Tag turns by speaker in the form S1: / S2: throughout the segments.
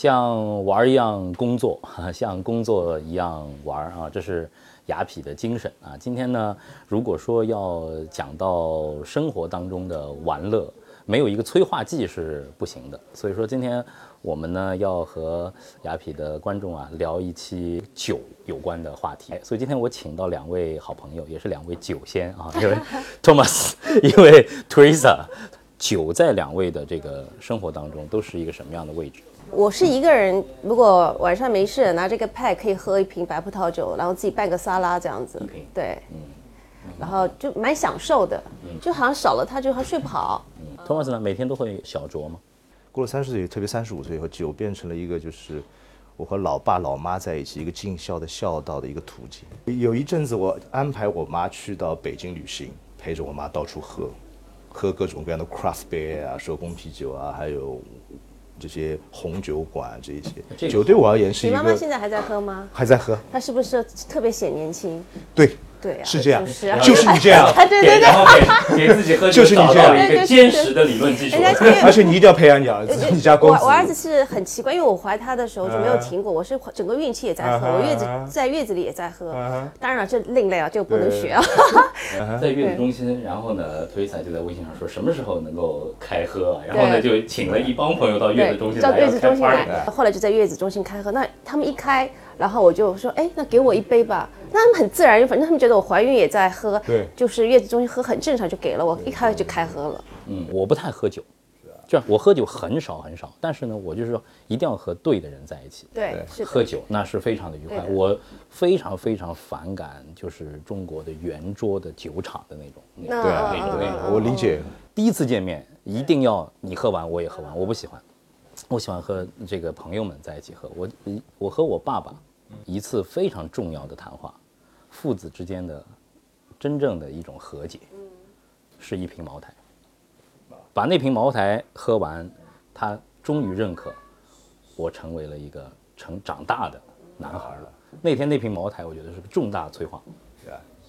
S1: 像玩儿一样工作， 啊像工作一样玩儿啊，这是雅痞的精神啊。今天呢，如果说要讲到生活当中的玩乐，没有一个催化剂是不行的。所以说，今天我们呢要和雅痞的观众啊聊一期酒有关的话题。哎所以今天我请到两位好朋友，也是两位酒仙啊， 一位 Thomas，一位 Teresa。酒在两位的这个生活当中都是一个什么样的位置？
S2: 我是一个人，如果晚上没事，拿这个 pad 可以喝一瓶白葡萄酒，然后自己拌个沙拉这样子
S1: 一瓶，
S2: 对，然后就蛮享受的，就好像少了它就好像睡不好。
S1: Thomas 呢，每天都会小酌吗？
S3: 过了三十岁，特别三十五岁以后，酒变成了一个就是我和老爸老妈在一起一个尽孝的孝道的一个途径。有一阵子，我安排我妈去到北京旅行，陪着我妈到处喝，喝各种各样的 craft beer 啊、手工啤酒啊，还有这些红酒馆啊这一些。
S1: 这个
S3: 酒对我而言是
S2: 你
S3: 一
S2: 妈妈现
S3: 个
S2: 在还在喝吗？
S3: 还在喝，
S2: 她是不是特别显年轻？
S3: 对，
S2: 对啊，
S3: 是这样
S2: 就是啊，。
S3: 就是你这样
S2: 啊，对对
S1: 给
S2: 对
S1: 然，后给给自己喝酒
S3: 就是你
S1: 找
S3: 这
S1: 到
S3: 样
S1: 了一个坚实的理论基础
S2: 人。家今天
S3: 而 且你一定要培养你儿子，你家公
S2: 呃我
S3: 子。
S2: 我儿子是很奇怪，因为我怀他的时候就没有停过，我是整个孕期也在喝，
S3: 啊哈
S2: 我月子
S3: 啊哈
S2: 在月子里也在喝
S3: 啊哈，
S2: 当然了，这另类啊，就不能
S3: 对
S2: 学啊。
S1: 在月子中心，然后呢，推彩就在微信上说什么时候能够开喝啊，然后呢就请了一帮朋友到月子中心
S2: 叫
S1: 来
S2: 月
S1: 要
S2: 子
S1: 开
S2: 中心
S1: party。
S2: 来，后来就在月子中心开喝。那他们一开，然后我就说，哎，那给我一杯吧。那他们很自然，反正他们觉得我怀孕也在喝，
S3: 对
S2: 就是月子中心喝很正常，就给了我，一开就开喝了。
S1: 嗯，我不太喝酒，就是我喝酒很少很少，但是呢，我就是说一定要和对的人在一起。
S2: 对，是的
S1: 喝酒那是非常的愉快，
S2: 对的
S1: 我非常非常反感就是中国的圆桌的酒场的那种。
S2: 那
S3: 对
S1: 那
S2: 嗯嗯
S3: 啊，
S1: 种
S3: 对
S1: 那
S3: 啊
S1: 种，
S3: 我理解。
S1: 第一次见面一定要你喝完我也喝完，我不喜欢，我喜欢和这个朋友们在一起喝。我我和我爸爸一次非常重要的谈话，父子之间的真正的一种和解，是一瓶茅台，把那瓶茅台喝完，他终于认可我成为了一个成长大的男孩了。那天那瓶茅台，我觉得是个重大催化。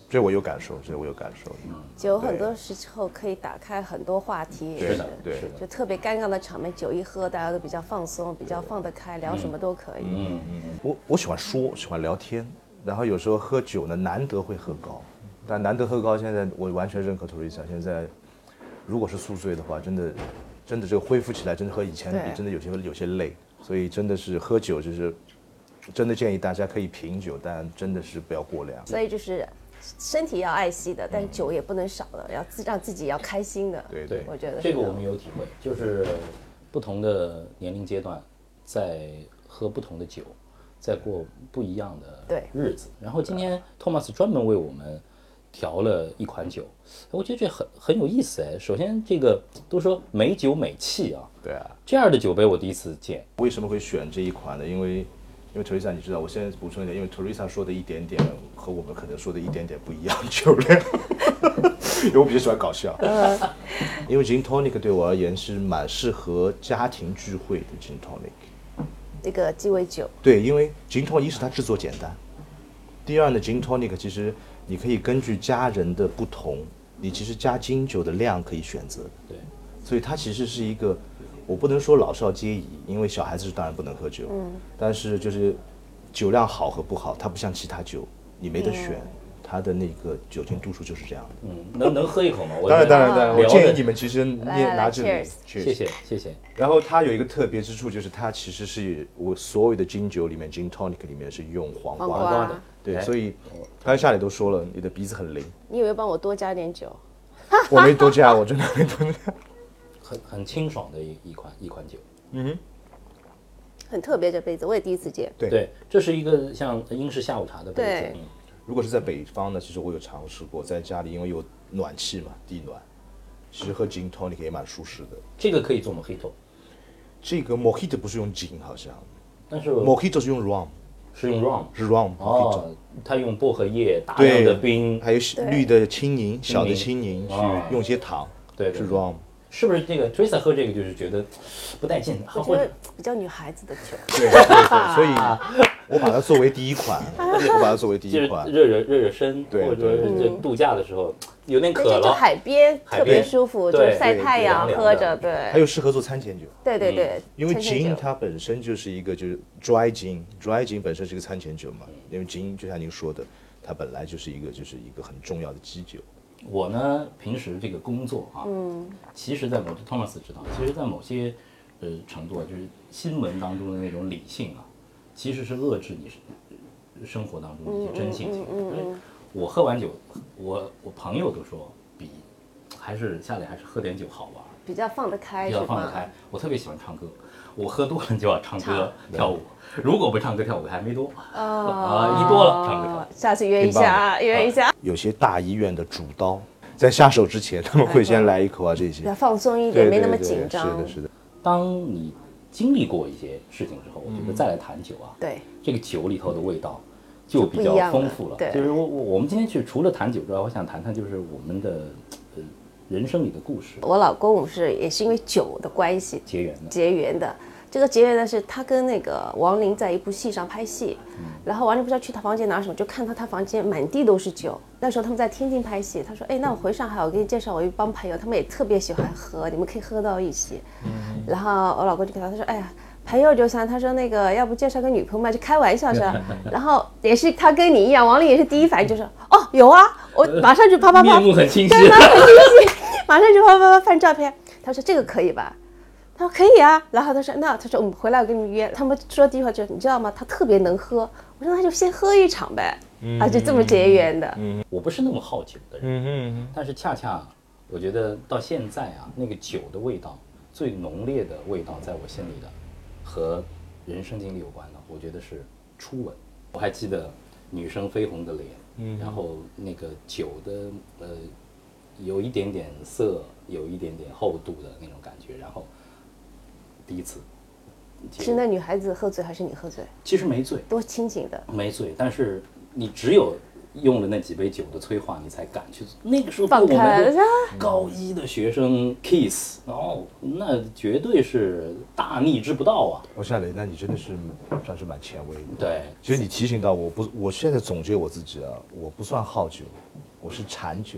S3: 这我有感受，这我有感受。
S2: 酒很多时候可以打开很多话题，也
S3: 对
S2: 是
S3: 的，对的。
S2: 就特别尴尬的场面，酒一喝，大家都比较放松，比较放得开，
S1: 嗯
S2: 聊什么都可以。
S3: 我我喜欢说，喜欢聊天，然后有时候喝酒呢，难得会喝高，但难得喝高，现在我完全认可 Teresa。现在如果是宿醉的话，真的，真的这个恢复起来，真的和以前比，
S2: 对
S3: 真的有些有些累，所以真的是喝酒就是，真的建议大家可以品酒，但真的是不要过量。
S2: 所以就是身体要爱惜的，但酒也不能少了，要自让自己要开心的。
S3: 对
S1: 对，
S2: 我觉得
S1: 这
S2: 是
S1: 个
S2: 的
S1: 我们有体会，就是不同的年龄阶段，在喝不同的酒，在过不一样的
S2: 对
S1: 日子。然后今天 Thomas 专门为我们调了一款酒，哎我觉得这很很有意思哎。首先，这个都说美酒美气啊，
S3: 对啊。
S1: 这样的酒杯我第一次见。
S3: 为什么会选这一款呢？因为因为 Teresa 你知道，我现在补充一点，因为 Teresa 说的一点点和我们可能说的一点点不一样， 酒量，因为我比较喜欢搞笑。因为 gin tonic 对我而言是蛮适合家庭聚会的 gin tonic。
S2: 这个鸡尾酒，
S3: 对，因为 gin tonic 一是它制作简单，第二呢，gin tonic 其实你可以根据家人的不同，你其实加金酒的量可以选择的。
S1: 对，
S3: 所以它其实是一个，我不能说老少皆宜，因为小孩子是当然不能喝酒，
S2: 嗯
S3: 但是就是酒量好和不好，它不像其他酒，你没得选，
S2: 嗯
S3: 它的那个酒精度数就是这样的。
S1: 嗯，能能喝一口吗？我
S3: 当然
S1: 觉得
S3: 当然当然，我
S1: 聊
S3: 建
S1: 得
S3: 议你们其实你
S2: 来
S3: 也
S2: 来
S3: 拿这里
S2: cheers
S3: 去。
S1: 谢谢谢谢。
S3: 然后它有一个特别之处，就是它其实是我所有的金酒里面，gin tonic 里面是用黄瓜的。
S2: 黄瓜
S1: 高的，
S3: 对，
S1: 哎
S3: 所以刚才夏磊都说了，你的鼻子很灵，
S2: 你有没有帮我多加点酒？
S3: 我没多加，我真的没多加。
S1: 很很清爽的一一款一款酒。
S2: 很特别这杯子，我也第一次见。
S3: 对
S1: 对，这是一个像英式下午茶的杯
S2: 对
S1: 子。嗯
S3: 如果是在北方呢，其实我有尝试过，在家里因为有暖气嘛，地暖，其实喝 gin tonic 也蛮舒适的。
S1: 这个可以做 mojito，
S3: 这个 mojito 不是用 gin 好像
S1: 但是
S3: ，mojito 是用 rum，
S1: 是用 rum。
S3: 是 rum mojito，、
S1: 嗯哦，他用薄荷叶大量
S3: 对
S1: 的冰，
S3: 还有绿的青柠、小的青柠，去
S1: 哦
S3: 用些糖，
S1: 对对
S3: 是
S1: 对
S3: rum。
S1: 是不是这个 Teresa 喝这个就是觉得不带劲，啊
S3: 哦
S2: 我觉
S1: 或
S2: 得
S1: 者
S2: 比较女孩子的酒，
S3: 对，对对所以我把它作为第一款，我把它作为第
S1: 就
S3: 一
S1: 是
S3: 款。
S1: 热热热热身，
S3: 对
S1: 或者说
S3: 对
S1: 是这度假的时候有点渴
S2: 就就
S1: 了，
S2: 海边
S1: 海
S2: 特别
S1: 边
S2: 舒服，就
S1: 对
S2: 是晒
S3: 对
S2: 太
S1: 对
S2: 阳
S1: 凉凉
S2: 喝
S1: 的嗯
S2: 着，对
S3: 还。有适合做餐前酒，
S2: 对对对，
S3: 因为
S2: 趁趁
S3: gin
S2: 酒
S3: 它本身就是一个就是 dry gin，dry gin 本身是一个餐前酒嘛，因为 gin 就像您说的，它本来就是一个就是一个很重要的基酒。
S1: 我呢，平时这个工作啊，其实在某 Thomas 知道，其实在某些呃程度啊，就是新闻当中的那种理性啊，其实是遏制你呃生活当中的一些真性情。对我喝完酒，我我朋友都说比还是下来还是喝点酒好玩。
S2: 比较放得开
S1: 比
S2: 是
S1: 较放得
S2: 吗？
S1: 开。我特别喜欢唱歌，我喝多了就要唱歌
S2: 唱
S1: 跳舞。如果不唱歌跳舞还没多啊、
S2: 啊
S1: 一多了唱歌跳舞。
S2: 下次约一
S3: 挺棒
S2: 下啊，约一下，
S3: 有些大医院的主刀在下手之前，他们会先来一口啊这
S2: 比较
S3: 些，
S2: 放松一
S3: 对
S2: 点，
S3: 对
S2: 哎没那么
S3: 对
S2: 紧张
S3: 是的，。是的。
S1: 当你经历过一些事情之后，我觉得再来谈酒啊，
S2: 对，
S1: 这个酒里头的味道就比较丰富了。
S2: 就不一样了对
S1: 就是我我我们今天去除了谈酒之外，我想谈谈就是我们的呃人生里的故事
S2: 我老公我们是也是因为酒的关系
S1: 结缘的。
S2: 结缘的。这个结缘呢，是他跟那个王林在一部戏上拍戏，然后王林不知道去他房间拿什么，就看到他房间满地都是酒。那时候他们在天津拍戏，他说：“哎，那我回上海，我给你介绍我一帮朋友，他们也特别喜欢喝，你们可以喝到一起。”然后我老公就给他，他说：“哎呀。”朋友就算他说那个，要不介绍个女朋友嘛，就开玩笑是吧？ 然后也是他跟你一样，王林也是第一反应就是哦有啊，我马上就啪啪啪
S1: 面目很清晰，
S2: 马上就啪啪啪翻照片。他说这个可以吧？他说可以啊。然后他说那他说我们回来我跟你约。他们说第一话就是你知道吗？他特别能喝。我说那就先喝一场呗。啊，就这么结缘的。
S1: 我不是那么好酒的人，
S3: 嗯
S1: 但是恰恰我觉得到现在啊，那个酒的味道最浓烈的味道，在我心里的和人生经历有关的，我觉得是初吻。我还记得女生绯红的脸，嗯，然后那个酒的呃，有一点点涩，有一点点厚度的那种感觉，然后第一次接
S2: 是那女孩子喝醉还是你喝醉？
S1: 其实没醉，
S2: 多清醒的。
S1: 没醉，但是你只有用了那几杯酒的催化，你才敢去。那个时候对
S2: 放
S1: 我
S2: 开
S1: 们
S2: 了
S1: 高一的学生 kiss，哦，那绝对是大逆之不道啊！
S3: 我夏雷，那你真的是算是蛮前卫的。
S1: 对，
S3: 其实你提醒到我不，我现在总结我自己啊，我不算好酒，我是馋酒。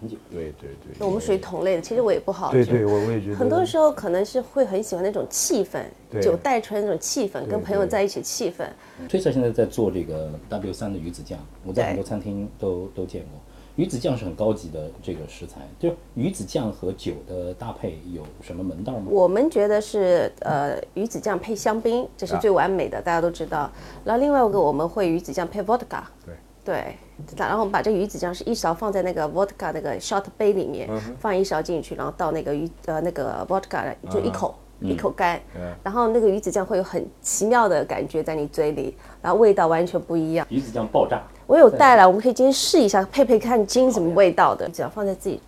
S1: 馋酒。
S3: 对对对。
S2: 我们属于同类的，其实我也不好。
S3: 对对，我我也觉得
S2: 很多时候可能是会很喜欢那种气氛，
S3: 对
S2: 酒带出来那种气氛，跟朋友在一起气氛。
S1: 推特现在在做这个 W 三的鱼子酱，我在
S2: 对
S1: 很多餐厅都都见过。鱼子酱是很高级的这个食材，就鱼子酱和酒的搭配有什么门道吗？
S2: 我们觉得是呃鱼子酱配香槟，这是最完美的，大家都知道。然后另外一个我们会鱼子酱配 vodka，
S3: 对
S2: 对，然后我们把这鱼子酱是一勺放在那个 vodka 那个 shot 杯里面，放一勺进去，然后倒那个鱼呃那个 vodka 就一口、一口干，然后那个鱼子酱会有很奇妙的感觉在你嘴里，然后味道完全不一样。
S1: 鱼子酱爆炸，
S2: 我有带来，我们可以今天试一下，配配看金什么味道的，只要放在自己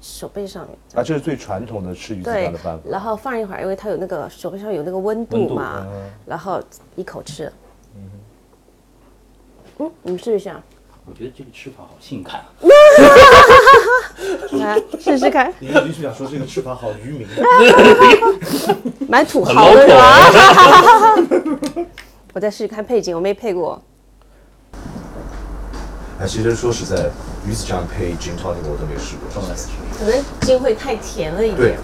S2: 手背上面。
S3: 啊，这是最传统的吃鱼子
S2: 对
S3: 酱的办，法。
S2: 然后放一会儿，因为它有那个手背上有那个温度
S1: 温度
S2: 嘛，然后一口吃。嗯，你们试一下，
S1: 我觉得这个吃法好性感啊！
S2: 来试试看，
S3: 你你是想说这个吃法好愚民？
S2: 蛮土豪的是吧？我再试试看配景，我没配过。
S3: 哎，其实说实在，鱼子酱配 gin tonic 我都没试过。
S2: 可能金会太甜了一
S3: 对
S2: 点，，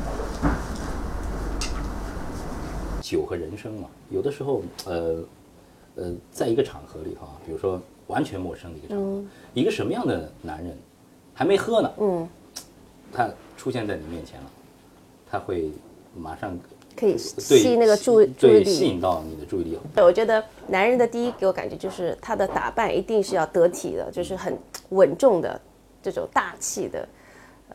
S1: 酒和人生嘛，有的时候，呃，呃，在一个场合里头啊，比如说完全陌生的一个场合，一个什么样的男人，还没喝呢，
S2: 嗯，
S1: 他出现在你面前了，他会马上
S2: 可以
S1: 对
S2: 吸那个注注意
S1: 对吸
S2: 力。
S1: 引到你的注意力。
S2: 对，我觉得男人的第一给我感觉就是他的打扮一定是要得体的，就是很稳重的这种大气的。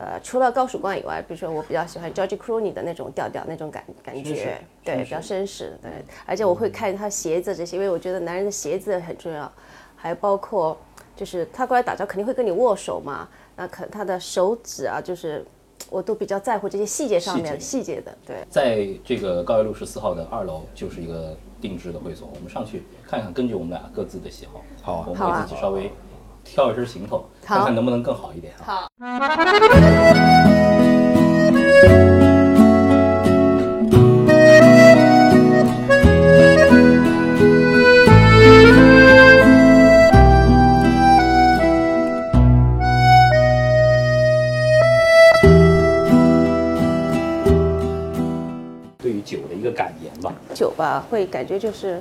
S2: 呃，除了高曙光以外，比如说我比较喜欢 George Clooney 的那种调调，那种感感
S1: 绅士
S2: 觉，对，比较绅士，嗯对。而且我会看他鞋子这些，因为我觉得男人的鞋子很重要，还包括就是他过来打招呼肯定会跟你握手嘛，那可他的手指啊，就是我都比较在乎这些细节上面的
S1: 细
S2: 细节的，对。
S1: 在这个高岳路十四号的二楼就是一个定制的会所，我们上去看看，根据我们俩各自的喜好，
S3: 好啊
S1: 我们
S2: 好啊
S1: 会自己稍微挑一身行头，看看能不能更好一点啊。
S2: 会感觉就是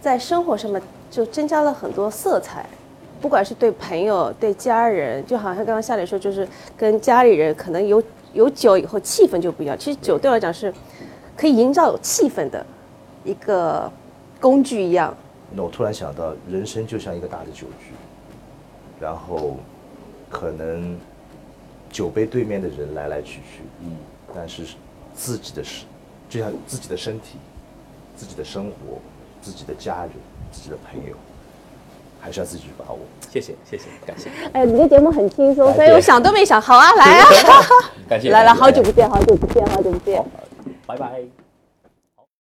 S2: 在生活上面就增加了很多色彩，不管是对朋友、对家人，就好像刚刚夏磊说，就是跟家里人可能有有酒以后气氛就不一样。其实酒对我来讲是可以营造气氛的一个工具一样。
S3: 那我突然想到，人生就像一个大的酒局，然后可能酒杯对面的人来来去去，嗯，但是自己的身，就像自己的身体、自己的生活、自己的家人、自己的朋友，还是要自己去把握。
S1: 谢谢谢谢，感谢
S4: 哎，你这节目很轻松，所以
S1: 对
S4: 我
S2: 我
S4: 想
S2: 想都没想，好啊，来啊！
S1: 感谢，
S4: 来了，
S1: 感谢
S4: 好久不见，好久不见，好久不见。
S1: 拜拜。